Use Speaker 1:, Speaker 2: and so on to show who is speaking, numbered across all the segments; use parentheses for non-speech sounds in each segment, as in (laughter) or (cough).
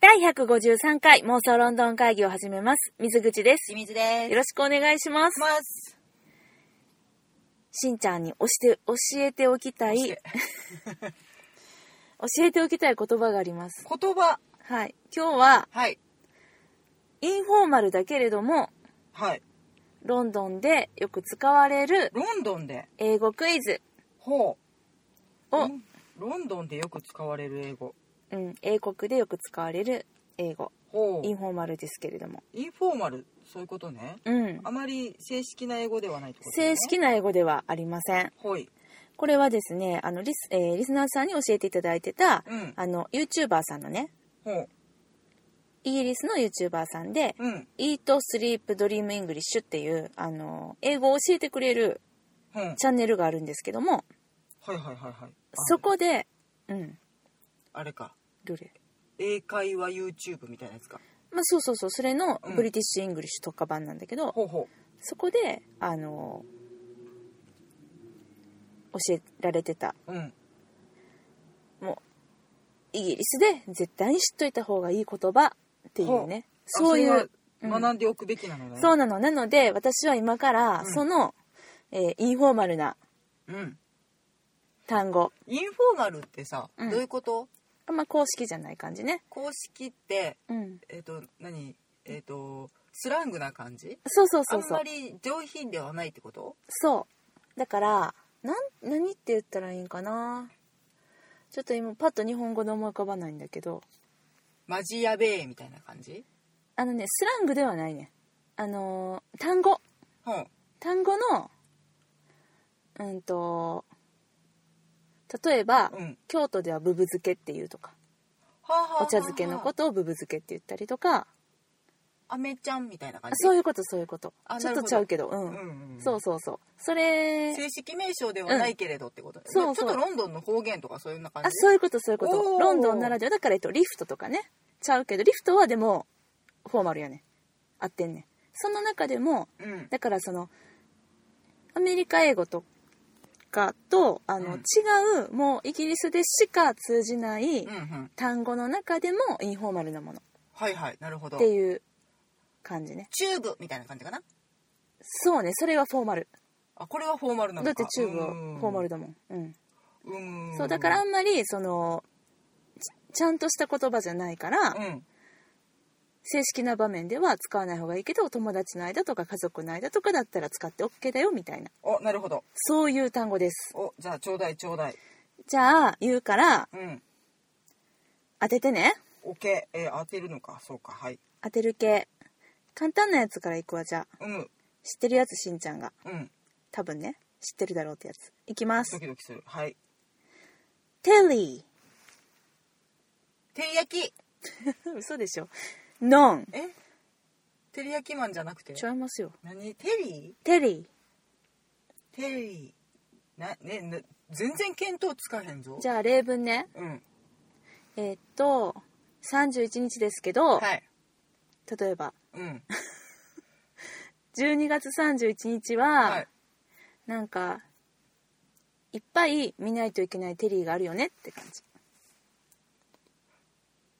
Speaker 1: 第153回妄想ロンドン会議を始めます。水口です。
Speaker 2: 清水です。
Speaker 1: よろしくお願いします。
Speaker 2: ます。
Speaker 1: しんちゃんに教えて、教えておきたい、
Speaker 2: 教え
Speaker 1: 教えておきたい言葉があります。
Speaker 2: 言葉。
Speaker 1: はい。今日は、
Speaker 2: はい。
Speaker 1: インフォーマルだけれども、
Speaker 2: はい。
Speaker 1: ロンドンでよく使われる
Speaker 2: ロンドンで。
Speaker 1: 英語クイズ
Speaker 2: ほう。
Speaker 1: を
Speaker 2: ロ、ンロンドンでよく使われる英語。
Speaker 1: うん、英国でよく使われる英語。
Speaker 2: ほう。
Speaker 1: インフォーマルですけれども。
Speaker 2: インフォーマル。そういうことね。
Speaker 1: うん。
Speaker 2: あまり正式な英語ではないってことね。
Speaker 1: 正式な英語ではありません。
Speaker 2: ほい。
Speaker 1: これはですね、あの、リス、えーリスナーさんに教えていただいてた、
Speaker 2: うん
Speaker 1: あの、YouTuber さんのね、
Speaker 2: ほう。
Speaker 1: イギリスの YouTuber さんで、
Speaker 2: うん。
Speaker 1: Eat, Sleep, Dream English っていう、あの、英語を教えてくれる
Speaker 2: ほう。はい
Speaker 1: チャンネルがあるんですけども、
Speaker 2: はいはいはい。
Speaker 1: そこで、うん、
Speaker 2: あ。あれか。
Speaker 1: どれ
Speaker 2: 英会話 YouTube みたいなやつか。
Speaker 1: まあ、そうそうそう、それの
Speaker 2: うん
Speaker 1: ブリティッシュ・イングリッシュ特化版なんだけど、
Speaker 2: ほうほ
Speaker 1: そこで、あの、教えられてた、
Speaker 2: う。うん。
Speaker 1: もう、イギリスで絶対に知っといた方がいい言葉っていうね、
Speaker 2: ほ
Speaker 1: そうい
Speaker 2: あ
Speaker 1: う、
Speaker 2: それは学んでおくべきなのね。。
Speaker 1: そううなの。なので、私は今から、
Speaker 2: うん
Speaker 1: その、えーインフォーマルな
Speaker 2: うん。
Speaker 1: 単語。
Speaker 2: インフォーマルってさ、
Speaker 1: うん
Speaker 2: どういうこと
Speaker 1: あんま公式じゃない感じね。
Speaker 2: 公式って、
Speaker 1: うん。
Speaker 2: えっ、と何えっ、とスラングな感じ
Speaker 1: そうそうそうそ
Speaker 2: あ
Speaker 1: うん
Speaker 2: ま。り上品ではないってこと
Speaker 1: そう。だから、なん、何って言ったらいいんかな。ちょっと今、パッと日本語で思い浮かばないんだけど。
Speaker 2: マジやべえみたいな感じ
Speaker 1: あのね、スラングではないね。あのー単語。
Speaker 2: ほう
Speaker 1: 単語の、うんと、例えば、
Speaker 2: うんは
Speaker 1: 京都ではブブ漬けっていうとか、
Speaker 2: あはあはあ
Speaker 1: お茶漬けのことをブブ漬けって言ったりとか、
Speaker 2: アメちゃんみたいな感じ
Speaker 1: そう
Speaker 2: う
Speaker 1: いうことそういうこと
Speaker 2: あ
Speaker 1: ちょっと
Speaker 2: なるほど
Speaker 1: ちゃうけどうん、
Speaker 2: んうんうん
Speaker 1: そうそうそうそれ
Speaker 2: 正式名称ではないけれどってことだよね
Speaker 1: そうそう
Speaker 2: ちょっとロンドンの方言とかそういうような感じ
Speaker 1: あそういうことそういうこと
Speaker 2: おー
Speaker 1: ロンドンならではだから、えっと、リフトとかねちゃうけどリフトはでもフォーマルやね合ってんねその中でも
Speaker 2: うん
Speaker 1: だからそのアメリカ英語とかとあの、
Speaker 2: うん
Speaker 1: 違うもうイギリスでしか通じない
Speaker 2: うんうん
Speaker 1: 単語の中でもインフォーマルなもの
Speaker 2: はいはいなるほど
Speaker 1: っていう感じね
Speaker 2: チューブみたいな感じかな
Speaker 1: そうねそれはフォーマル
Speaker 2: あこれはフォーマルなの
Speaker 1: だっ
Speaker 2: か
Speaker 1: てチューブはフォーマルだもんうん
Speaker 2: うんん
Speaker 1: そうだからあんまりそのちちゃんとした言葉じゃないから、
Speaker 2: うん
Speaker 1: 正式な場面では使わない方がいいけどお友達の間とか家族の間とかだったら使って OK だよみたいな
Speaker 2: おなるほど
Speaker 1: そういう単語です
Speaker 2: おじゃあちょうだいちょうだい
Speaker 1: じゃあ言うから
Speaker 2: うん
Speaker 1: 当ててね
Speaker 2: OK、えー当てるのかそうかはい
Speaker 1: 当てる系簡単なやつからいくわじゃあ
Speaker 2: うん
Speaker 1: 知ってるやつしんちゃんが
Speaker 2: うん
Speaker 1: 多分ね知ってるだろうってやついきます
Speaker 2: ドキドキするはい
Speaker 1: テリ
Speaker 2: 照り焼き
Speaker 1: ー嘘でしょノン
Speaker 2: え照り焼きマンじゃなくて
Speaker 1: 違いますよ
Speaker 2: 何テリ
Speaker 1: テリ
Speaker 2: ーテリーなねね全然見当つかへんぞ
Speaker 1: ーじゃあ例文ね
Speaker 2: うん
Speaker 1: えーっと31日ですけど、
Speaker 2: はい
Speaker 1: 例えば
Speaker 2: うん
Speaker 1: 12月31日は、
Speaker 2: はい
Speaker 1: なんかいっぱい見ないといけないテリーがあるよねって感じ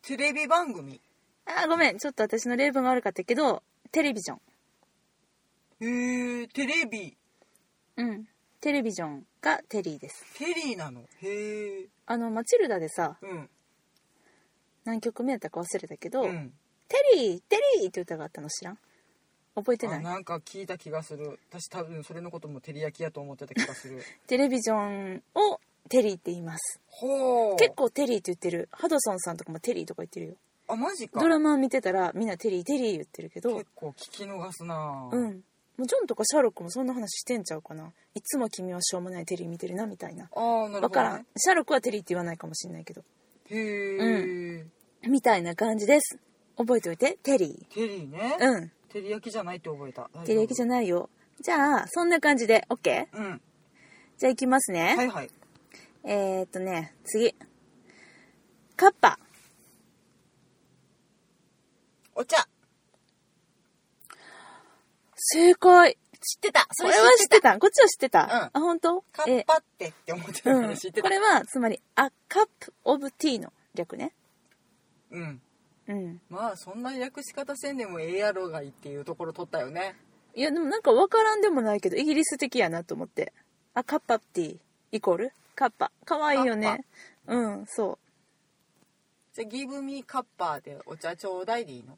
Speaker 2: テレビ番組
Speaker 1: あーごめんちょっと私の例文が悪かったけどテレビジョン
Speaker 2: へーテレビ
Speaker 1: うんテレビジョンがテリーです
Speaker 2: テリーなのへえ
Speaker 1: あのマチルダでさ
Speaker 2: うん
Speaker 1: 何曲目やったか忘れたけど、
Speaker 2: うん
Speaker 1: テリーテリーって歌があったの知らん覚えて
Speaker 2: あ
Speaker 1: ない
Speaker 2: なんか聞いた気がする私多分それのことも照り焼きやと思ってた気がす
Speaker 1: (laughs)
Speaker 2: る
Speaker 1: テレビジョンをテリーって言います
Speaker 2: ほう
Speaker 1: 結構テリーって言ってるハドソンさんとかもテリーとか言ってるよ
Speaker 2: あマジか
Speaker 1: ドラマ見てたらみんなテリーテリー言ってるけど
Speaker 2: 結構聞き逃すな
Speaker 1: うん、もうジョンとかシャーロックもそんな話してんちゃうかないつも君はしょうもないテリー見てるなみたいな
Speaker 2: あーなるほど、ね、
Speaker 1: わからんシャーロックはテリーって言わないかもしんないけど
Speaker 2: へえ、
Speaker 1: みたいな感じです覚えておいてテリ
Speaker 2: テリーね、
Speaker 1: ーうん
Speaker 2: 照り焼きじゃないって覚えた
Speaker 1: テリー焼きじゃ
Speaker 2: ゃ
Speaker 1: ないよじゃあそんな感じで OK
Speaker 2: うん
Speaker 1: じゃあいきますね、
Speaker 2: はいはい
Speaker 1: えー、っとね次カッパ
Speaker 2: お茶
Speaker 1: 正解
Speaker 2: 知ってた
Speaker 1: これは知ってたこっちは知ってた、
Speaker 2: う
Speaker 1: あ本当
Speaker 2: カ
Speaker 1: え
Speaker 2: ッパってって思ってたか
Speaker 1: う
Speaker 2: ら
Speaker 1: ん
Speaker 2: 知ってた
Speaker 1: これはつまり「a cup of tea」の略ね
Speaker 2: うん
Speaker 1: うん
Speaker 2: まあそんな訳し方せんでもええやろがいっていうところ取ったよね
Speaker 1: いやでもなんか分からんでもないけどイギリス的やなと思ってあカッパティーイコールカッパかわいいよねうんそ
Speaker 2: じゃあ「ギブミカッパー」でお茶ちょうだいでいいの
Speaker 1: う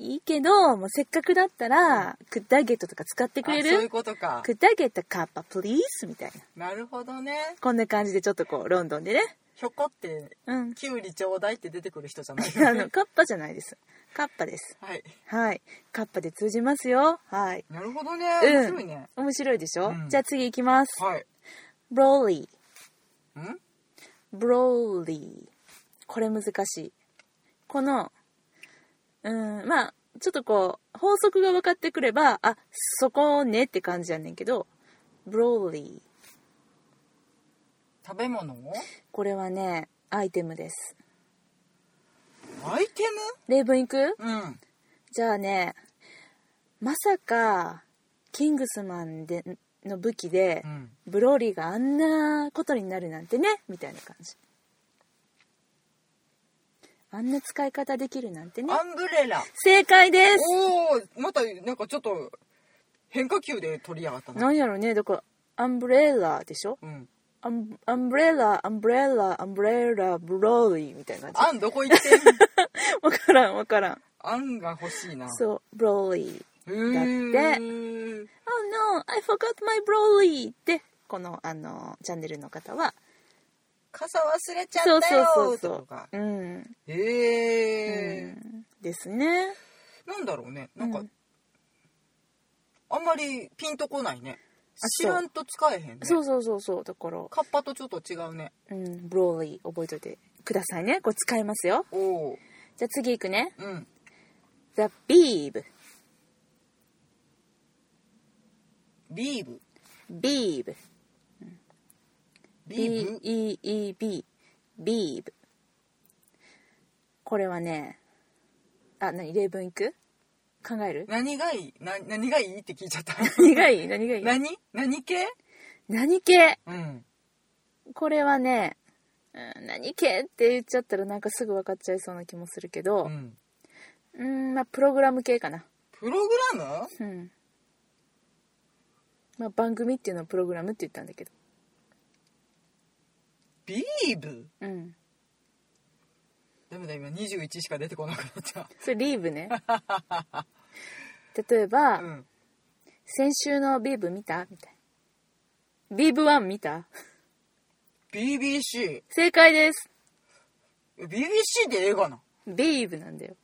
Speaker 1: いいけどもうせっかくだったら、クッダーゲットとか使ってくれ
Speaker 2: あそういう
Speaker 1: る
Speaker 2: ことか
Speaker 1: クッダーゲットカッパプリーズみたいな
Speaker 2: なるほどね
Speaker 1: こんな感じでちょっとこうロンドンでね
Speaker 2: ひょこって (laughs)
Speaker 1: うん
Speaker 2: キュウリちょうだいって出てくる人じゃない
Speaker 1: あ
Speaker 2: よね
Speaker 1: のカッパじゃないですカッパです
Speaker 2: はい
Speaker 1: はいカッパで通じますよはい
Speaker 2: なるほどね
Speaker 1: うん
Speaker 2: 面白いね、
Speaker 1: 面白いでしょ、
Speaker 2: うん
Speaker 1: じゃあ次行きます
Speaker 2: はい
Speaker 1: ブローリー
Speaker 2: ん
Speaker 1: ブローリーこれ難しいこのうんまあちょっとこう法則が分かってくればあそこねって感じやねんけどブローリー
Speaker 2: 食べ物を
Speaker 1: これはねアイテムです
Speaker 2: アイテ
Speaker 1: 例文いく
Speaker 2: ムうん
Speaker 1: じゃあねまさかキングスマンでの武器で、
Speaker 2: うん
Speaker 1: ブローリーがあんなことになるなんてねみたいな感じあんな使い方できるなんてね
Speaker 2: アンブレラ
Speaker 1: 正解です
Speaker 2: おおまたなんかちょっと変化球で取りやがったな
Speaker 1: なんやろねだからアンブレラでしょ
Speaker 2: うん
Speaker 1: アンアンブレラアンブレラアンブレラブローリーみたいな感
Speaker 2: アンどこ行って
Speaker 1: (laughs)
Speaker 2: ん
Speaker 1: じ分からん分からん
Speaker 2: アンが欲しいな
Speaker 1: そうブローリー
Speaker 2: うーん
Speaker 1: だって Oh no I forgot my broly ってこのあのチャンネルの方は
Speaker 2: 傘忘れちゃった
Speaker 1: そ
Speaker 2: よ
Speaker 1: うそうそうそ
Speaker 2: とか
Speaker 1: ううん、
Speaker 2: ええ
Speaker 1: うん、ですね
Speaker 2: なんだろうねなんか、
Speaker 1: うん
Speaker 2: あんまりピンとこないね
Speaker 1: あ
Speaker 2: 知らんと使えへんね
Speaker 1: そうそうそうそうだから
Speaker 2: カッパとちょっと違うね
Speaker 1: うん、ブローリー覚えといてくださいね。これ使えますよ。
Speaker 2: おお
Speaker 1: じゃあ次行くね。
Speaker 2: うん
Speaker 1: The Beeb。
Speaker 2: ビー
Speaker 1: Beeb。
Speaker 2: ブビーブ
Speaker 1: B-E-E-B。Beeb。これはね、あ、何例文いく考える
Speaker 2: 何がいいな何がいいって聞いちゃった
Speaker 1: 何がいい何がいい
Speaker 2: 何何系
Speaker 1: 何系
Speaker 2: うん
Speaker 1: これはね、うん何系って言っちゃったらなんかすぐ分かっちゃいそうな気もするけど
Speaker 2: う、ん
Speaker 1: うん、まあプログラム系かな。
Speaker 2: プログラム
Speaker 1: うん。まあ番組っていうのはプログラムって言ったんだけど。
Speaker 2: ビーブ
Speaker 1: うん。
Speaker 2: ダメだ今21しか出てこなくなっちゃ
Speaker 1: それリーブ
Speaker 2: (laughs)
Speaker 1: ね例えば、
Speaker 2: ううん
Speaker 1: 先週のビーブ見たみたいなビーブ1見た
Speaker 2: BBC
Speaker 1: 正解です
Speaker 2: BBC でええがな
Speaker 1: ビーブなんだよ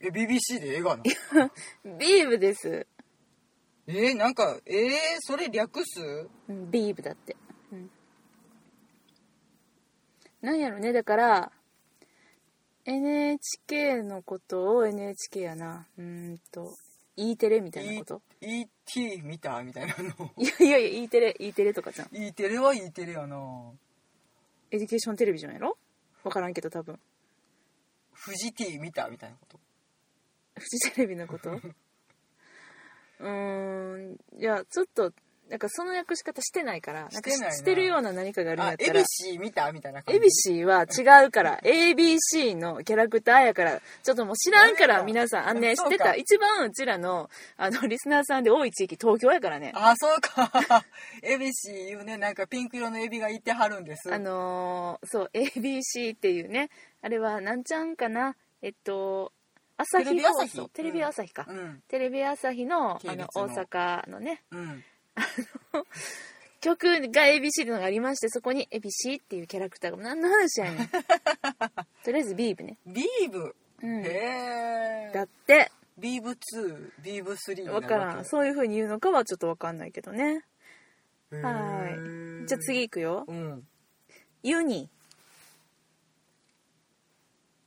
Speaker 2: え BBC でええがな
Speaker 1: ビーブです、
Speaker 2: えー、なんかえー、それ略す
Speaker 1: うん、ビーブだって、うん、なんやろねだから NHK のことを NHK やなうーんと E テレみたいなこと
Speaker 2: E- ?ET 見たみたいなの
Speaker 1: いやいやいや E テレ E テレとかじゃん
Speaker 2: E テレは E テレやな
Speaker 1: エデュケーションテレビジョンやろ分からんけど多分
Speaker 2: フジティ見たみたいなこと
Speaker 1: フジテレビのことうーんいやちょっとなんかその訳し方してないからなんか
Speaker 2: してないな
Speaker 1: してるような何かがあるんや
Speaker 2: あ
Speaker 1: っ
Speaker 2: エ
Speaker 1: たら
Speaker 2: ビシー見たみたいな感じ
Speaker 1: エビシーは違うから ABC のキャラクターやからちょっともう知らんから
Speaker 2: ダメだ
Speaker 1: 皆さんあんね知
Speaker 2: そう
Speaker 1: っ
Speaker 2: か
Speaker 1: てた一番うちらのあのリスナーさんで多い地域東京やからね
Speaker 2: あそうか (laughs) エビシーいうねなんかピンク色のエビがいてはるんです
Speaker 1: あのーそう ABC っていうねあれはなんちゃんかなえっと朝
Speaker 2: テレ
Speaker 1: 日
Speaker 2: ビ朝
Speaker 1: 放
Speaker 2: 日
Speaker 1: 送テレビ朝日か、
Speaker 2: うん
Speaker 1: テレビ朝日の
Speaker 2: 系
Speaker 1: あ
Speaker 2: 列
Speaker 1: の
Speaker 2: の
Speaker 1: 大阪のね
Speaker 2: うん
Speaker 1: 曲が ABC ってのがありましてそこに ABC っていうキャラクターが何の話やねん
Speaker 2: (laughs)
Speaker 1: とりあえずビーブね、
Speaker 2: ビーブ、
Speaker 1: うん、
Speaker 2: へ
Speaker 1: だ
Speaker 2: え
Speaker 1: って
Speaker 2: ビーブ2ビーブ3になるわ
Speaker 1: 分
Speaker 2: け
Speaker 1: からんそういう風に言うのかはちょっと分かんないけどね
Speaker 2: へー
Speaker 1: はいじゃあ次いくよ
Speaker 2: うん
Speaker 1: ユニ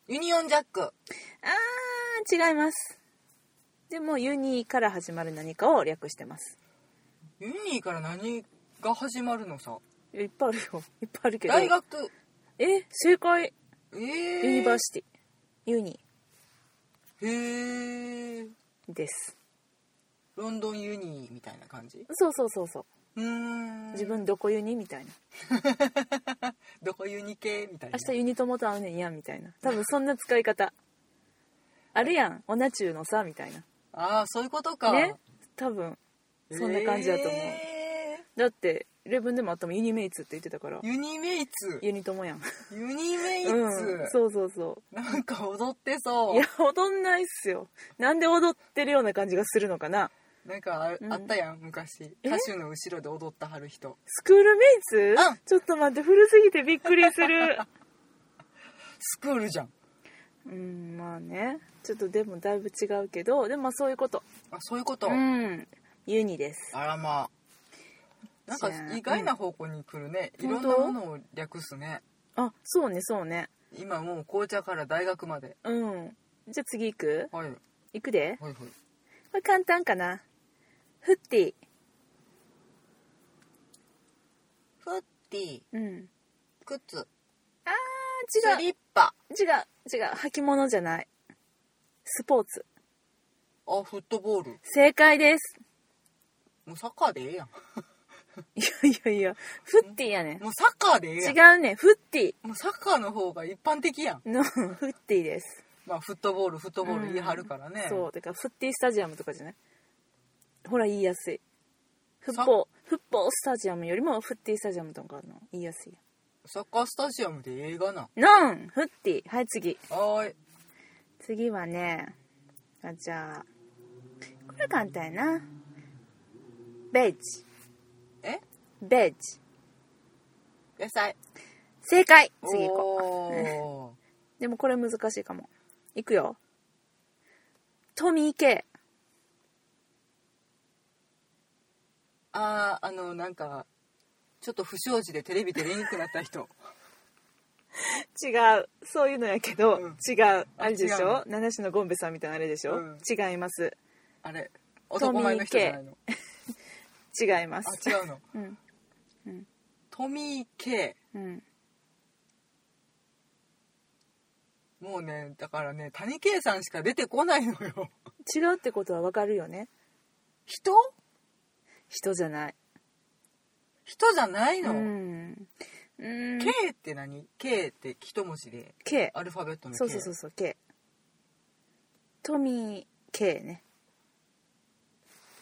Speaker 2: ユニオンジャック
Speaker 1: あー違いますでもユニから始まる何かを略してます
Speaker 2: ユニから何が始まるのさ
Speaker 1: いっぱいあるよいっぱいあるけど
Speaker 2: 大学
Speaker 1: え正解
Speaker 2: え
Speaker 1: ユニ
Speaker 2: ー
Speaker 1: バーシティユニ
Speaker 2: へえ
Speaker 1: です
Speaker 2: ロンドンユニみたいな感じ
Speaker 1: そうそうそうそう
Speaker 2: うーん
Speaker 1: 自分どこユニみたいな
Speaker 2: どこユニ系みたいな
Speaker 1: 明日ユニ友と会うねんやんみたいな多分そんな使い方あるやんオナチューのさみたいな
Speaker 2: ああそういうことか
Speaker 1: ね多分そんな感じだと思う、
Speaker 2: え
Speaker 1: だってレブンでもあったもんユニメイツって言ってたから
Speaker 2: ーユニメイツ
Speaker 1: ユニ友やん
Speaker 2: ユニメイツ、
Speaker 1: うんそうそうそ
Speaker 2: なんか踊ってそう
Speaker 1: いや踊んないっすよなんで踊ってるような感じがするのかな
Speaker 2: なんかあ,、
Speaker 1: うん
Speaker 2: あったやん昔
Speaker 1: え
Speaker 2: 歌手の後ろで踊ったはる人
Speaker 1: スクールメイツ
Speaker 2: あ
Speaker 1: ちょっと待って古すぎてびっくりする (laughs)
Speaker 2: スクールじゃん
Speaker 1: うんまあねちょっとでもだいぶ違うけどでもまあそういうこと
Speaker 2: あそういうこと、
Speaker 1: うんユニです
Speaker 2: あらまあなんか
Speaker 1: じゃあ
Speaker 2: 意外な方向に来るね、
Speaker 1: うん
Speaker 2: いろんなものを略すね
Speaker 1: あそうねそうね
Speaker 2: 今もう紅茶から大学まで
Speaker 1: うんじゃあ次行く
Speaker 2: はいはい
Speaker 1: 行くで
Speaker 2: はい
Speaker 1: これ簡単かなフッティ
Speaker 2: フッティ
Speaker 1: うん
Speaker 2: 靴
Speaker 1: あ
Speaker 2: ス
Speaker 1: ー違う
Speaker 2: リッパ
Speaker 1: 違う違う履物じゃないスポーツ
Speaker 2: あフットボール
Speaker 1: 正解です (laughs)
Speaker 2: もうサッカーでええやん
Speaker 1: いやいやいやフッティやねん
Speaker 2: もうサッカーでええやん
Speaker 1: 違うねフッテ
Speaker 2: もうサッカーの方が一般的やん
Speaker 1: ィのフッティです
Speaker 2: まあフットボールフットボール言い張るからね、
Speaker 1: そうだからフッティスタジアムとかじゃないほら言いやすいフッ
Speaker 2: さ
Speaker 1: ポーフッポースタジアムよりもフッティスタジアムとかの方が言いやすいや
Speaker 2: サッカースタジアムでええがなん
Speaker 1: ノンフッティはい次
Speaker 2: はーい
Speaker 1: 次はねあじゃあこれ簡単やなベッジ
Speaker 2: え
Speaker 1: ベッジ
Speaker 2: 野菜
Speaker 1: 正解次行こ
Speaker 2: こ
Speaker 1: うでもこれ難しいかもいくよトミー系
Speaker 2: うあーあのなんかちょっと不祥事でテレビ出れにくくなった人
Speaker 1: (laughs) 違うそういうのやけど、
Speaker 2: うん
Speaker 1: 違うあれでし
Speaker 2: 違
Speaker 1: ょ七種のゴンベさんみたいなあれでしょ、
Speaker 2: うん
Speaker 1: 違います
Speaker 2: あれ男前の人じゃないの
Speaker 1: 違います
Speaker 2: あ違うの
Speaker 1: (laughs) うん
Speaker 2: トミー・ケ
Speaker 1: うん
Speaker 2: イもうねだからね谷圭さんしか出てこないの
Speaker 1: (laughs)
Speaker 2: よ
Speaker 1: 違うってことはわかるよね
Speaker 2: 人
Speaker 1: 人じゃない
Speaker 2: 人じゃないうの、
Speaker 1: んうん
Speaker 2: ケイって何ケイって一文字で
Speaker 1: K
Speaker 2: アルファベットの K
Speaker 1: そうそうそうそう K トミー K ね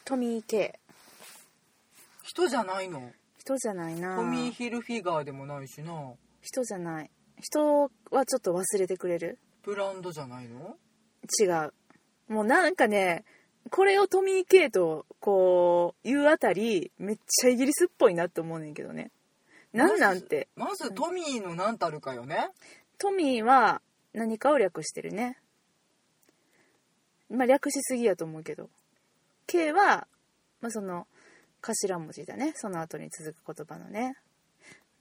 Speaker 1: トミー K
Speaker 2: 人じゃないの
Speaker 1: 人じゃないな
Speaker 2: トミー・ヒルフィガーでもないしな
Speaker 1: 人じゃない人はちょっと忘れてくれる
Speaker 2: ブランドじゃないの
Speaker 1: 違うもうなんかねこれをトミー K とこう言うあたりめっちゃイギリスっぽいなって思うねんけどねなんなんて
Speaker 2: まずトミーの何たるかよね
Speaker 1: トミーは何かを略してるねまあ略しすぎやと思うけど K は、まあ、その頭文字だねその後に続く言葉のね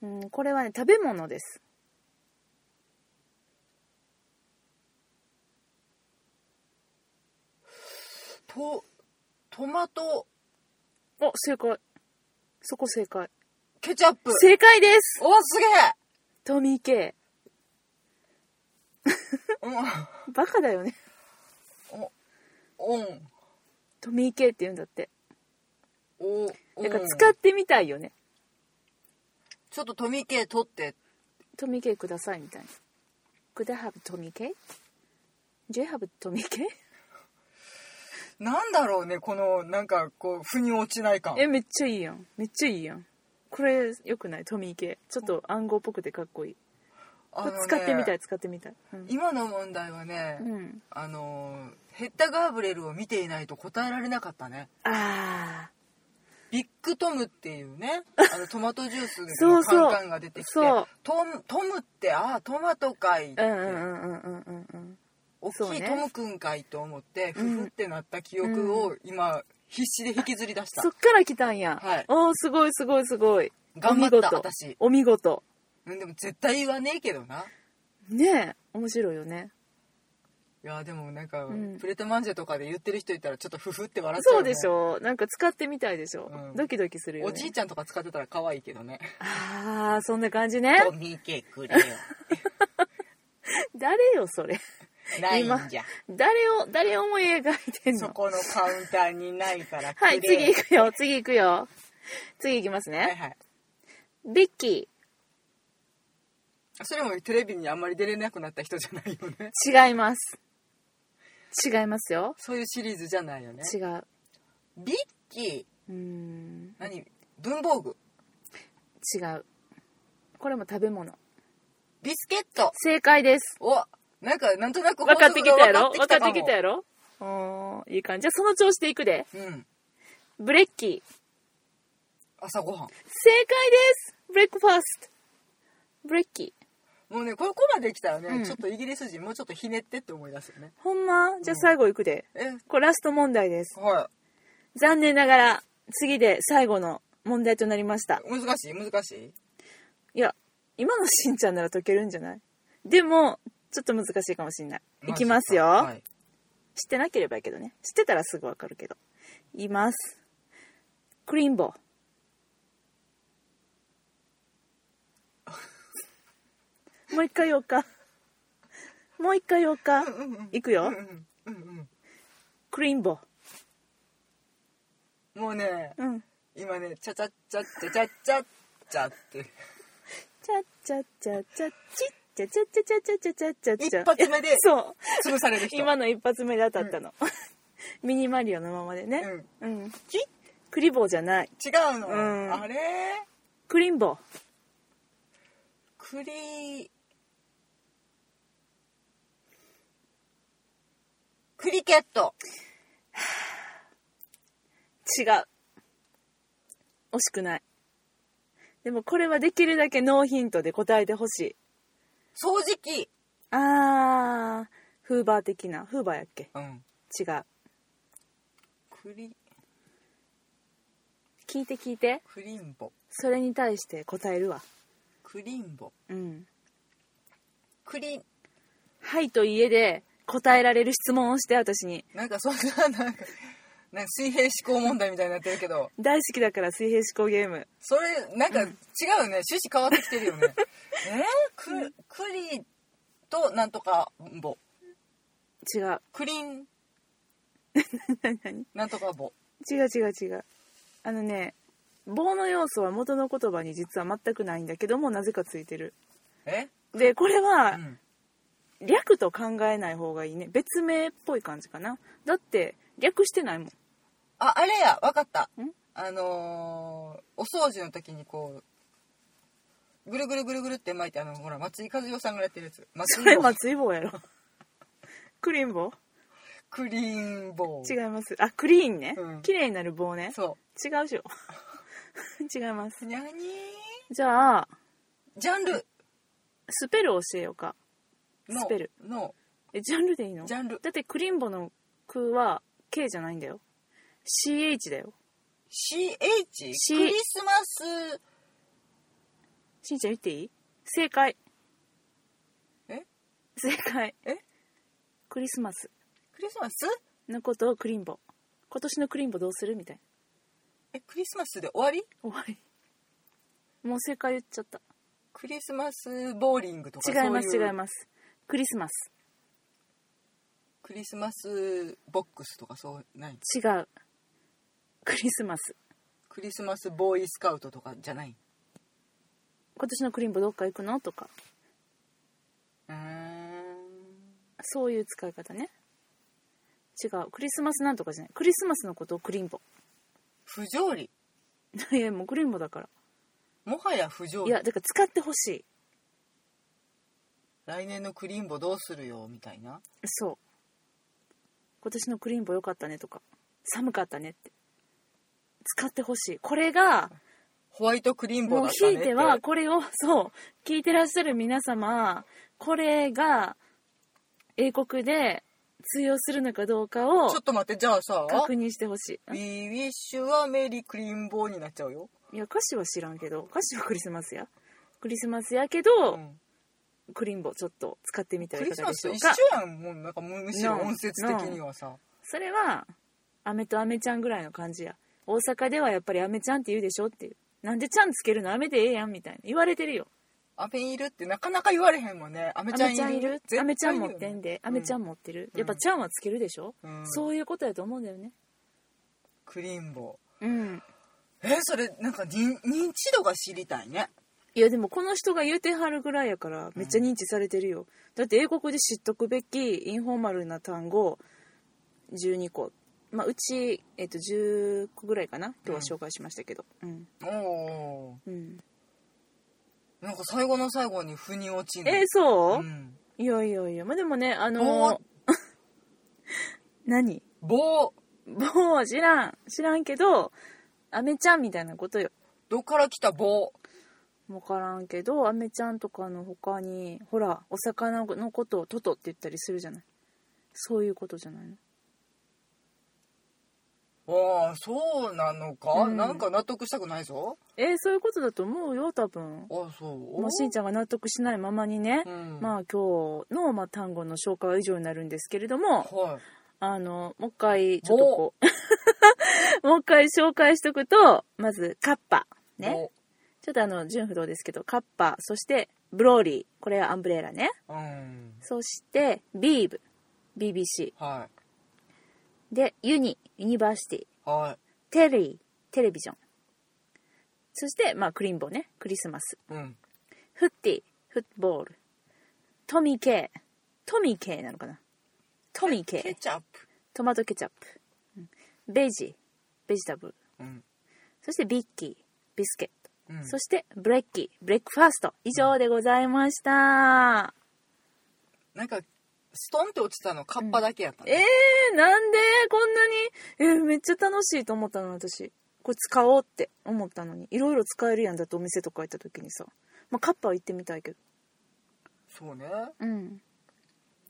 Speaker 1: うんこれはね食べ物です
Speaker 2: とトマト
Speaker 1: お正解そこ正解
Speaker 2: ケチャップ
Speaker 1: 正解です
Speaker 2: おすげ
Speaker 1: トミー K
Speaker 2: え
Speaker 1: バカだよね
Speaker 2: うんうん
Speaker 1: トミー K って言うんだって
Speaker 2: おお
Speaker 1: だから使ってみたいよね
Speaker 2: ちょっとトミー系取って
Speaker 1: トミー K くださいみたいなくだはぶトミー K? ジェハブトミー K?
Speaker 2: なんだろうねこのなんかこう腑に落ちない感
Speaker 1: えめっちゃいいやんめっちゃいいやんこれよくないトミー系ちょっと暗号っぽくてかっこいい、
Speaker 2: あのね
Speaker 1: 使ってみたい使ってみたいうん、
Speaker 2: 今の問題はね、
Speaker 1: うん
Speaker 2: あのーヘッダ・ガーブレルを見ていないと答えられなかったね
Speaker 1: ああ
Speaker 2: ビッグトムっていうねあのトマトジュース
Speaker 1: (laughs) そ
Speaker 2: の
Speaker 1: うそう
Speaker 2: カンカンが出てきて
Speaker 1: そう
Speaker 2: トムトムってああトマトかいって、
Speaker 1: うんうんうんうんうんうんうん
Speaker 2: 大
Speaker 1: そう
Speaker 2: きい
Speaker 1: ね
Speaker 2: トムくんかいと思って、
Speaker 1: うん
Speaker 2: ふふってなった記憶を今必死で引きずり出した
Speaker 1: そっから来たんや、
Speaker 2: はい
Speaker 1: おおすごいすごいすごい
Speaker 2: 頑張った
Speaker 1: お見事
Speaker 2: 私
Speaker 1: お見事
Speaker 2: うんでも絶対言わねえけどな
Speaker 1: ねえ面白いよね
Speaker 2: いやでもなんか、
Speaker 1: うん
Speaker 2: プレタマンジェとかで言ってる人いたらちょっとふふって笑っちゃう、
Speaker 1: そ
Speaker 2: ね、
Speaker 1: うでしょなんか使ってみたいでしょ、
Speaker 2: うん
Speaker 1: ドキドキするよね
Speaker 2: おじいちゃんとか使ってたら可愛いけどね
Speaker 1: ああそんな感じね
Speaker 2: 「見てくれ
Speaker 1: (laughs)
Speaker 2: よ
Speaker 1: 誰よそれ
Speaker 2: ないんじゃ
Speaker 1: 誰を誰を思い描いてん
Speaker 2: そ
Speaker 1: の
Speaker 2: このカウンターにないからくれ
Speaker 1: はい次行くよ次行くよ次いきますね、
Speaker 2: はいはい
Speaker 1: ベッキ
Speaker 2: それもテレビにあんまり出れなくなった人じゃないよね
Speaker 1: ー違います違いますよ
Speaker 2: そういうシリーズじゃないよね
Speaker 1: 違う
Speaker 2: ビッキー
Speaker 1: うーん
Speaker 2: 何文房具
Speaker 1: 違うこれも食べ物
Speaker 2: ビスケット
Speaker 1: 正解です
Speaker 2: おなんかなんとなく
Speaker 1: 分かってきたやろ
Speaker 2: 法則
Speaker 1: 分
Speaker 2: が
Speaker 1: か
Speaker 2: 分
Speaker 1: ってきたやろおーいい感じじゃあその調子でいくで
Speaker 2: もうん
Speaker 1: ブレッキー
Speaker 2: 朝ごはん
Speaker 1: 正解ですブレックファーストブレッキー
Speaker 2: もうねここまで来たらね、
Speaker 1: うん
Speaker 2: ちょっとイギリス人もうちょっとひねってって思い出すよね
Speaker 1: ほんまじゃあ最後いくで、
Speaker 2: え
Speaker 1: これラスト問題です
Speaker 2: は
Speaker 1: 残念ながら次で最後の問題となりました
Speaker 2: い難しい難しい
Speaker 1: いや今のしんちゃんなら解けるんじゃないでもちょっと難しいかもしんないいきますよ、
Speaker 2: マジかはい
Speaker 1: 知ってなければいいけどね知ってたらすぐわかるけどいますクリンボもう一回言おうかもう一回言おうかいくよ
Speaker 2: うんうん
Speaker 1: クリンボ
Speaker 2: うんもうね
Speaker 1: うん
Speaker 2: 今ねチャチャチャチャチャチャチャって
Speaker 1: チャッチャッチャッチャッチッチャチャチャチャチャチャチャチャチャ
Speaker 2: 一発目で
Speaker 1: そう
Speaker 2: 潰される人
Speaker 1: 今の一発目で当たったの、 (laughs) ミニマリオのままでねうん、きクリボーじゃない
Speaker 2: 違うの、
Speaker 1: うん
Speaker 2: あれ
Speaker 1: クリンボー
Speaker 2: クリクリケット
Speaker 1: 違う惜しくないでもこれはできるだけノーヒントで答えてほしい
Speaker 2: 掃除機
Speaker 1: あーフーバー的なフーバーやっけ
Speaker 2: うん
Speaker 1: 違う
Speaker 2: クリ
Speaker 1: 聞いて聞いて
Speaker 2: クリンボ
Speaker 1: それに対して答えるわ
Speaker 2: クリンボ
Speaker 1: うん
Speaker 2: クリ
Speaker 1: はいと家で答えられる質問をして私に
Speaker 2: なんかそんななんかなんか水平思考問題みたいになってるけど
Speaker 1: 大好きだから水平思考ゲーム
Speaker 2: それなんか違うよね、趣旨変わってきてる
Speaker 1: (laughs)
Speaker 2: よねえー、くクリとなんとかボ
Speaker 1: 違う
Speaker 2: クリン
Speaker 1: 何 (laughs) 何
Speaker 2: なんとかボ
Speaker 1: 違う違う違うあのね棒の要素は元の言葉に実は全くないんだけどもなぜかついてる
Speaker 2: え、
Speaker 1: でこれ
Speaker 2: う
Speaker 1: は
Speaker 2: ん、
Speaker 1: 略と考えない方がいいね別名っぽい感じかなだって略してないもん
Speaker 2: ああれやわかった
Speaker 1: ん
Speaker 2: あのーお掃除の時にこうぐるぐるぐるぐるって巻いてあのほら松井和代さんがやってるやつ松
Speaker 1: そ
Speaker 2: 井
Speaker 1: れ
Speaker 2: ボ
Speaker 1: 松井棒やろクリーン棒
Speaker 2: クリーンボ
Speaker 1: 違
Speaker 2: ー
Speaker 1: いますあクリーンね、
Speaker 2: うん
Speaker 1: 綺麗になる棒ね
Speaker 2: そ
Speaker 1: 違うしよ (laughs) 違います
Speaker 2: うにゃにー
Speaker 1: じゃあ
Speaker 2: ジャンル
Speaker 1: スペル教えようか
Speaker 2: の
Speaker 1: スペル
Speaker 2: の
Speaker 1: えジャンルでいいの
Speaker 2: ジャンル
Speaker 1: だってクリーン棒の「く」は「K」じゃないんだよ CH だよ
Speaker 2: CH
Speaker 1: し
Speaker 2: クリスマス
Speaker 1: しんちゃん言っていい正解
Speaker 2: え
Speaker 1: 正解
Speaker 2: え
Speaker 1: クリスマス
Speaker 2: クリスマス
Speaker 1: のことをクリンボ今年のクリンボどうするみたい
Speaker 2: えクリスマスで終わり
Speaker 1: な終わりもう正解言っちゃった
Speaker 2: クリスマスボーリングとか
Speaker 1: 違います
Speaker 2: そういう
Speaker 1: 違いますクリスマス
Speaker 2: クリスマスボックスとかそうない
Speaker 1: 違うクリスマス
Speaker 2: クリスマスボーイスカウトとかじゃない
Speaker 1: 今年のクリンボどっか行くのとか
Speaker 2: うーん
Speaker 1: そういう使い方ね違うクリスマスなんとかじゃないクリスマスのことをクリンボ (laughs)
Speaker 2: 不条理
Speaker 1: いやもうクリンボだから
Speaker 2: もはや不条
Speaker 1: い
Speaker 2: 理
Speaker 1: やだから使ってほしい
Speaker 2: 来年のクリンボどうするよみたいな
Speaker 1: そう今年のクリーンボ良かったねとか寒かったねって使ってほしいこれが
Speaker 2: ホワイトクリンボ
Speaker 1: もう
Speaker 2: だっ
Speaker 1: ひ
Speaker 2: たね
Speaker 1: い
Speaker 2: って
Speaker 1: てはこれをそう聞いてらっしゃる皆様これが英国で通用するのかどうかを
Speaker 2: ちょっと待ってじゃあさ
Speaker 1: 確認してほし
Speaker 2: 「We wish you a merry クリンボー」になっちゃうよ、
Speaker 1: いいや歌詞は知らんけど歌詞はクリスマスやクリスマスやけ
Speaker 2: う
Speaker 1: ど、
Speaker 2: ん、
Speaker 1: クリンボちょっと使ってみて
Speaker 2: ク
Speaker 1: はい
Speaker 2: リ
Speaker 1: か
Speaker 2: ス
Speaker 1: が
Speaker 2: マ
Speaker 1: でし
Speaker 2: ス
Speaker 1: ょう
Speaker 2: と一
Speaker 1: か
Speaker 2: 緒やんもうなんかむむしろ
Speaker 1: No
Speaker 2: 音節的にはさ、
Speaker 1: それはアメとアメちゃんぐらいの感じや大阪ではやっぱりアメちゃんって言うでしょっていうなんでちゃんつけるのアメでええやんみたいな言われてるよ
Speaker 2: アメいるってなかなか言われへんもんね。アメ
Speaker 1: ア
Speaker 2: ちゃん
Speaker 1: メ
Speaker 2: い
Speaker 1: ち
Speaker 2: る
Speaker 1: ゃんいるアメちゃん持ってんでアメちゃん
Speaker 2: も。
Speaker 1: 持ってる、
Speaker 2: うん
Speaker 1: やっぱちゃんはつけるでしょ、
Speaker 2: うん
Speaker 1: そういうことやと思うんだよね
Speaker 2: クリンボ。
Speaker 1: うん
Speaker 2: えーそれなんか認認知度が知りたいね
Speaker 1: いやでもこの人が言うてはるぐらいやからめっちゃ認知されてるよ、だって英国で知っとくべきインフォーマルな単語12個まあうち、えっと10個ぐらいかな今日は紹介しましたけどうん、
Speaker 2: おお
Speaker 1: うん
Speaker 2: ーなんか最後の最後に腑に落ちん
Speaker 1: えーそう、
Speaker 2: ん、
Speaker 1: いやいやいやまあでもねあ
Speaker 2: 棒
Speaker 1: のー (laughs) 何
Speaker 2: 棒
Speaker 1: もう知らん知らんけどアメちゃんみたいなことよ
Speaker 2: どっから来た棒
Speaker 1: 分からんけどアメちゃんとかの他にほらお魚のことをトトって言ったりするじゃないそういうことじゃないの
Speaker 2: ああそうなのか、
Speaker 1: うん
Speaker 2: なんか納得したくないぞ
Speaker 1: えーそういうことだと思うよ多分
Speaker 2: あそう
Speaker 1: もうしんちゃんが納得しないままにね、
Speaker 2: うん
Speaker 1: まあ今日の、まあ、単語の紹介は以上になるんですけれども
Speaker 2: はい
Speaker 1: あのもう一回ちょっとこう (laughs) もう一回紹介しとくとまずカッパね
Speaker 2: 棒
Speaker 1: ちょっとあの純不動ですけどカッパそしてブローリーこれはアンブレラね
Speaker 2: うん
Speaker 1: そしてビーブ BBC
Speaker 2: は
Speaker 1: でユニユニバーシティ
Speaker 2: いは
Speaker 1: テレビテレビジョンそしてまあクリンボねクリスマス
Speaker 2: いうん
Speaker 1: フッティ、フットボール。トミケイ。トミケイなのかなトミケ
Speaker 2: ケ
Speaker 1: イ。
Speaker 2: チャップ
Speaker 1: トマトケチャップ。うんベジ、ベジタブル。
Speaker 2: うん
Speaker 1: そしてビッキー、ビスケット。
Speaker 2: うん
Speaker 1: そしてブレッキー、ブレックファースト。以上でございました。
Speaker 2: なんかストンって落ちたのカッパだけやった、
Speaker 1: えー、なんでこんなに、えーめっちゃ楽しいと思ったの私。これ使おうって思ったのに。いろいろ使えるやんだってお店とか行った時にさ。まあ、カッパは行ってみたいけど。
Speaker 2: そうね
Speaker 1: うん。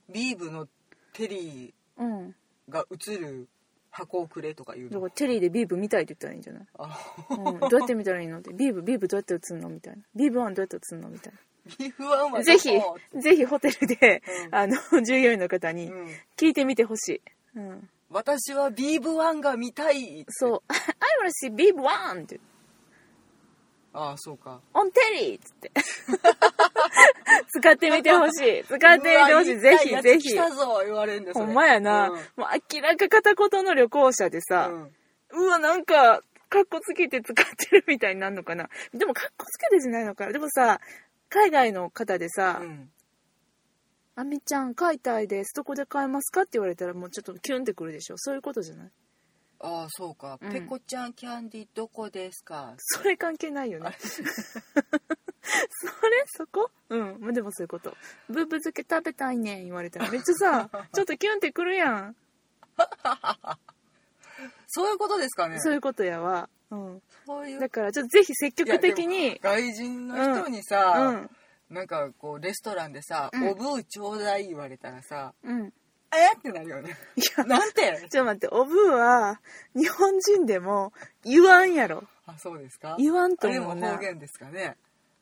Speaker 2: ビーブのテリ
Speaker 1: うん。
Speaker 2: ーが映る箱をくれとか言う
Speaker 1: だか
Speaker 2: の
Speaker 1: らテリーでビーブ見たいって言ったらいいんじゃない
Speaker 2: あ
Speaker 1: うん、どうやって見たらいいのってビーブビーブどうやって映んのみたいなビーブワンどうやって映んのみたい
Speaker 2: ビーフワンは
Speaker 1: な
Speaker 2: ど
Speaker 1: ぜ
Speaker 2: こ
Speaker 1: ひぜひホテルで、
Speaker 2: うん
Speaker 1: あの従業員の方に
Speaker 2: うん
Speaker 1: 聞いてみてほしい、うん、
Speaker 2: 私はビーブワンが見たい
Speaker 1: そう「I (laughs) wanna see ビーブワン!」って
Speaker 2: ああそうか
Speaker 1: 「On テリー!」っつって (laughs) 使ってみてほしい使ってみてほしいぜ
Speaker 2: うわ見た
Speaker 1: ひ
Speaker 2: い
Speaker 1: ぜ
Speaker 2: やつ
Speaker 1: ひ
Speaker 2: 来たぞ言われるんだそ
Speaker 1: ほ
Speaker 2: れ
Speaker 1: んまやな、
Speaker 2: う
Speaker 1: も
Speaker 2: ん
Speaker 1: う明らか片言の旅行者でさ、
Speaker 2: うん
Speaker 1: うわ、なんか、カッコつけて使ってるみたいになるのかな。でも、カッコつけてじゃないのか。でもさ、海外の方でさ、
Speaker 2: うん
Speaker 1: あみちゃん、買いたいです。どこで買えますかって言われたら、もうちょっとキュンってくるでしょ。そういうことじゃない
Speaker 2: ああそうか、
Speaker 1: うん
Speaker 2: ペコちゃんキャンディどこですか
Speaker 1: それ関係ないよね。それそこうん。まあでもそういうこと。ブーブ漬け食べたいねん言われたら、めっちゃさ、
Speaker 2: (laughs)
Speaker 1: ちょっとキュンってくるやん。
Speaker 2: そういうことですかね
Speaker 1: そう
Speaker 2: う
Speaker 1: いうことやわ。うん。
Speaker 2: いう
Speaker 1: だから、ちょっとぜひ積極的
Speaker 2: いやで
Speaker 1: に
Speaker 2: も、外人の人に
Speaker 1: う
Speaker 2: さ、
Speaker 1: ん。
Speaker 2: なんかこうレストランでさ「
Speaker 1: うん
Speaker 2: おぶうちょうだい」言われたらさ
Speaker 1: うん。
Speaker 2: 「えっ?」てなるよね
Speaker 1: いや
Speaker 2: なんて
Speaker 1: ちょっと待って、オブーは、日本人でも、言わんやろ。
Speaker 2: あそうですか
Speaker 1: 言わんと
Speaker 2: あれ
Speaker 1: 思
Speaker 2: も
Speaker 1: うな
Speaker 2: 方。言ですかね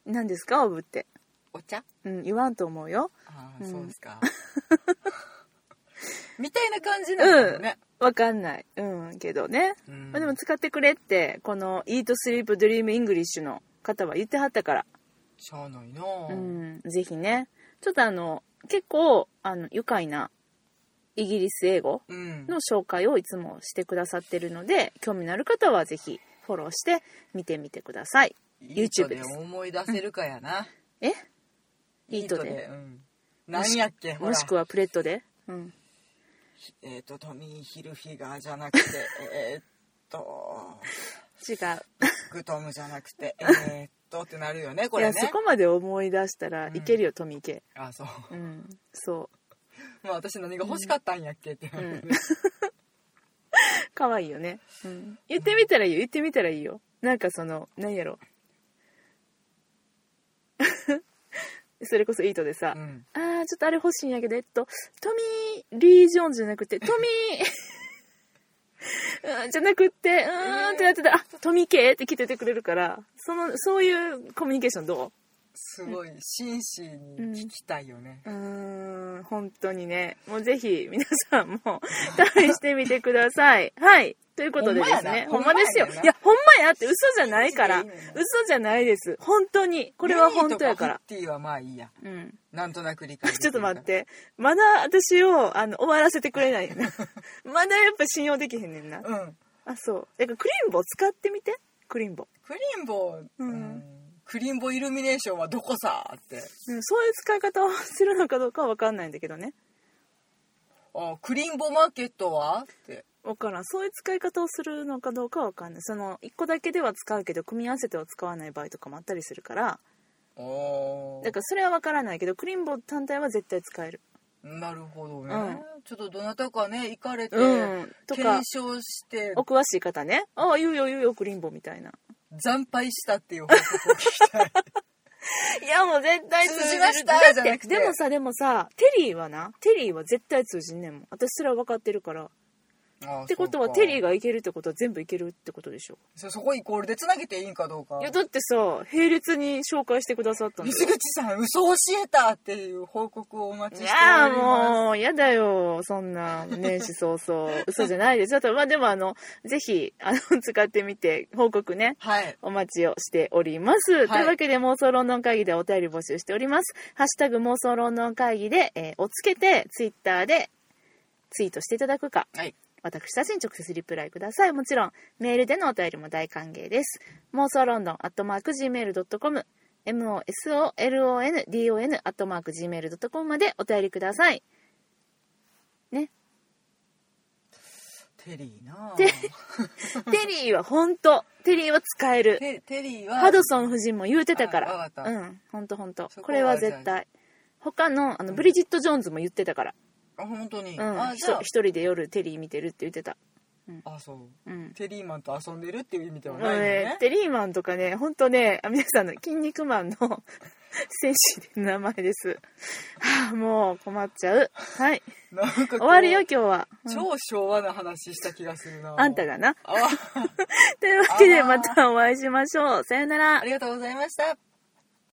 Speaker 1: 何ですか、オブって。
Speaker 2: お茶
Speaker 1: うん、言わんと思うよ。
Speaker 2: ああ、
Speaker 1: うん
Speaker 2: そうですか (laughs) みたいな感じなんだよね、
Speaker 1: わかんない。うん、けどね。
Speaker 2: うん
Speaker 1: まあでも使ってくれって、この、イートスリープドリームイングリッシュの方は言ってはったから。
Speaker 2: しゃあないな
Speaker 1: う
Speaker 2: あ
Speaker 1: ん、ぜひね。ちょっとあの、結構、あの、愉快な、イギリス英語
Speaker 2: うん
Speaker 1: の紹介をいつもしてくださってるので、興味のある方はぜひ、フォローして見てみてください。YouTube
Speaker 2: で
Speaker 1: です
Speaker 2: 思い出せるかやな、
Speaker 1: えイートで。
Speaker 2: うん、何やっけほ
Speaker 1: も
Speaker 2: ら
Speaker 1: しくはプレットで。うん。
Speaker 2: えっ、とトミー・ヒルフィガーじゃなくてえーっと
Speaker 1: 違う。
Speaker 2: グトムじゃなくてえーっとってなるよねこ
Speaker 1: い
Speaker 2: れ
Speaker 1: や、
Speaker 2: ね
Speaker 1: そこまで思い出したら
Speaker 2: うん
Speaker 1: いけるよ、トミケ。
Speaker 2: あそう
Speaker 1: うん。そ
Speaker 2: まあ私何が欲しかったんやっけってなるよね、
Speaker 1: う。可愛いよね。うん。言ってみたらいいよ、言ってみたらいいよ。なんかその、何やろ。 (laughs) それこそイートでさ、
Speaker 2: うん
Speaker 1: あー、ちょっとあれ欲しいんやけど、えっと、トミー・リージョンじゃなくて、トミー、 (laughs) うんじゃなくって、うーんってなってたら、あ、トミケって聞いててくれるから、その、そういうコミュニケーションどう
Speaker 2: すごい真摯に聞きたいよね、
Speaker 1: うーん、本当にね。もうぜひ、皆さんも、試してみてください。 (laughs) はい。ということでですね。
Speaker 2: ほ
Speaker 1: ほ
Speaker 2: ん
Speaker 1: んま
Speaker 2: まやな
Speaker 1: ですよ。
Speaker 2: ほんまやねんない
Speaker 1: や、ほんまやって嘘じゃないから。
Speaker 2: いいねいいね
Speaker 1: 嘘じゃないです。本当に。これは本当やから。
Speaker 2: ユニとフィフティはまあいいや
Speaker 1: うん。
Speaker 2: なんとなく理解で
Speaker 1: (laughs)
Speaker 2: き
Speaker 1: ちょ
Speaker 2: る
Speaker 1: っ
Speaker 2: か
Speaker 1: と
Speaker 2: ら
Speaker 1: 待って。まだ私を、あの、終わらせてくれ (laughs) ないよな。まだやっぱ信用できへんねんな。
Speaker 2: うん
Speaker 1: あ、そう。だからクリームボ使ってみて。クリンボ。
Speaker 2: クリンボ、
Speaker 1: うん
Speaker 2: クリンボイルミネーションはどこさって
Speaker 1: うんそういう使い方をするのかどうかは分かんないんだけどね。
Speaker 2: あクリンボマーケットはって
Speaker 1: 分からん。そういう使い方をするのかどうかは分かんない。その、一個だけでは使うけど、組み合わせては使わない場合とかもあったりするから、
Speaker 2: あ
Speaker 1: だからそれは分からないけど、クリンボ単体は絶対使える。
Speaker 2: あなるほどね、
Speaker 1: うん
Speaker 2: ちょっとどなたかね行かれて、
Speaker 1: うん。とか
Speaker 2: 検、証して
Speaker 1: お詳しい方ね。ああ、言うよ言うよ、クリンボみたいな。
Speaker 2: 惨敗したっていう報告を聞きたい
Speaker 1: いや、もう絶対通じる
Speaker 2: 通じました
Speaker 1: だって
Speaker 2: じゃなくて
Speaker 1: でもさ、でもさ、テリーはな、テリーは絶対通じんねんもん。私それは分かってるから。 (laughs)
Speaker 2: (laughs) あ
Speaker 1: ってことは、テリー
Speaker 2: が
Speaker 1: がいけるってことは全部いけるってことでしょ。
Speaker 2: そそこイコールでつなげていいんかどうか
Speaker 1: いや、だってさ、並列に紹介してくださったんだよ
Speaker 2: 水口さん嘘教えたっていう報告をお待ち
Speaker 1: い
Speaker 2: して
Speaker 1: や
Speaker 2: おります
Speaker 1: もう、やだよ、そんな、年始早々。嘘じゃないですよ。ちょっと、まあでも、あの、ぜひ、あの、使ってみて、報告ね。
Speaker 2: はい
Speaker 1: お待ちをしております。というわけで、妄想論論会議ではお便り募集しております。ハッシュタグ妄想論論会議で、えーをつけて、ツイッターで、ツイートしていただくか、
Speaker 2: はい
Speaker 1: 私たちに直接リプライください。もちろん、メールでのお便りも大歓迎です。妄想ロンドン、アットマーク、gmail.com、mosolondon、アットマーク、gmail.com までお便りください。
Speaker 2: テリーなあ
Speaker 1: テテリーは本当テリーは使える。
Speaker 2: テ (laughs) テリーは
Speaker 1: ハドソン夫人も言うてたか
Speaker 2: あ
Speaker 1: ら
Speaker 2: わ。かった
Speaker 1: うん、ほんとほんと
Speaker 2: そ。こ
Speaker 1: こ
Speaker 2: は
Speaker 1: れは絶対。他の、あの、ブリジット・ジョーンズも言ってたから。
Speaker 2: あ本当に、
Speaker 1: うん。
Speaker 2: あ
Speaker 1: ひ
Speaker 2: じゃ
Speaker 1: と一人で夜テリー見てるって言ってた。
Speaker 2: ああそう
Speaker 1: うん。
Speaker 2: テリーマンと遊んでるっていう意味では
Speaker 1: あ
Speaker 2: ない
Speaker 1: の
Speaker 2: の
Speaker 1: ね
Speaker 2: ね、
Speaker 1: テリーマンとかね、ほんとね、あ皆さんの、筋肉マンの (laughs) 戦士の名前です。はあ、もう困っちゃう。
Speaker 2: (laughs)
Speaker 1: はい。
Speaker 2: なんかこ
Speaker 1: 終
Speaker 2: う
Speaker 1: わるよ、今日は。うん
Speaker 2: 超昭和な話した気がするな
Speaker 1: あんたがな。
Speaker 2: あ
Speaker 1: というわけで、
Speaker 2: あー
Speaker 1: またお会いしましょう。さよなら
Speaker 2: あ。りがとうございました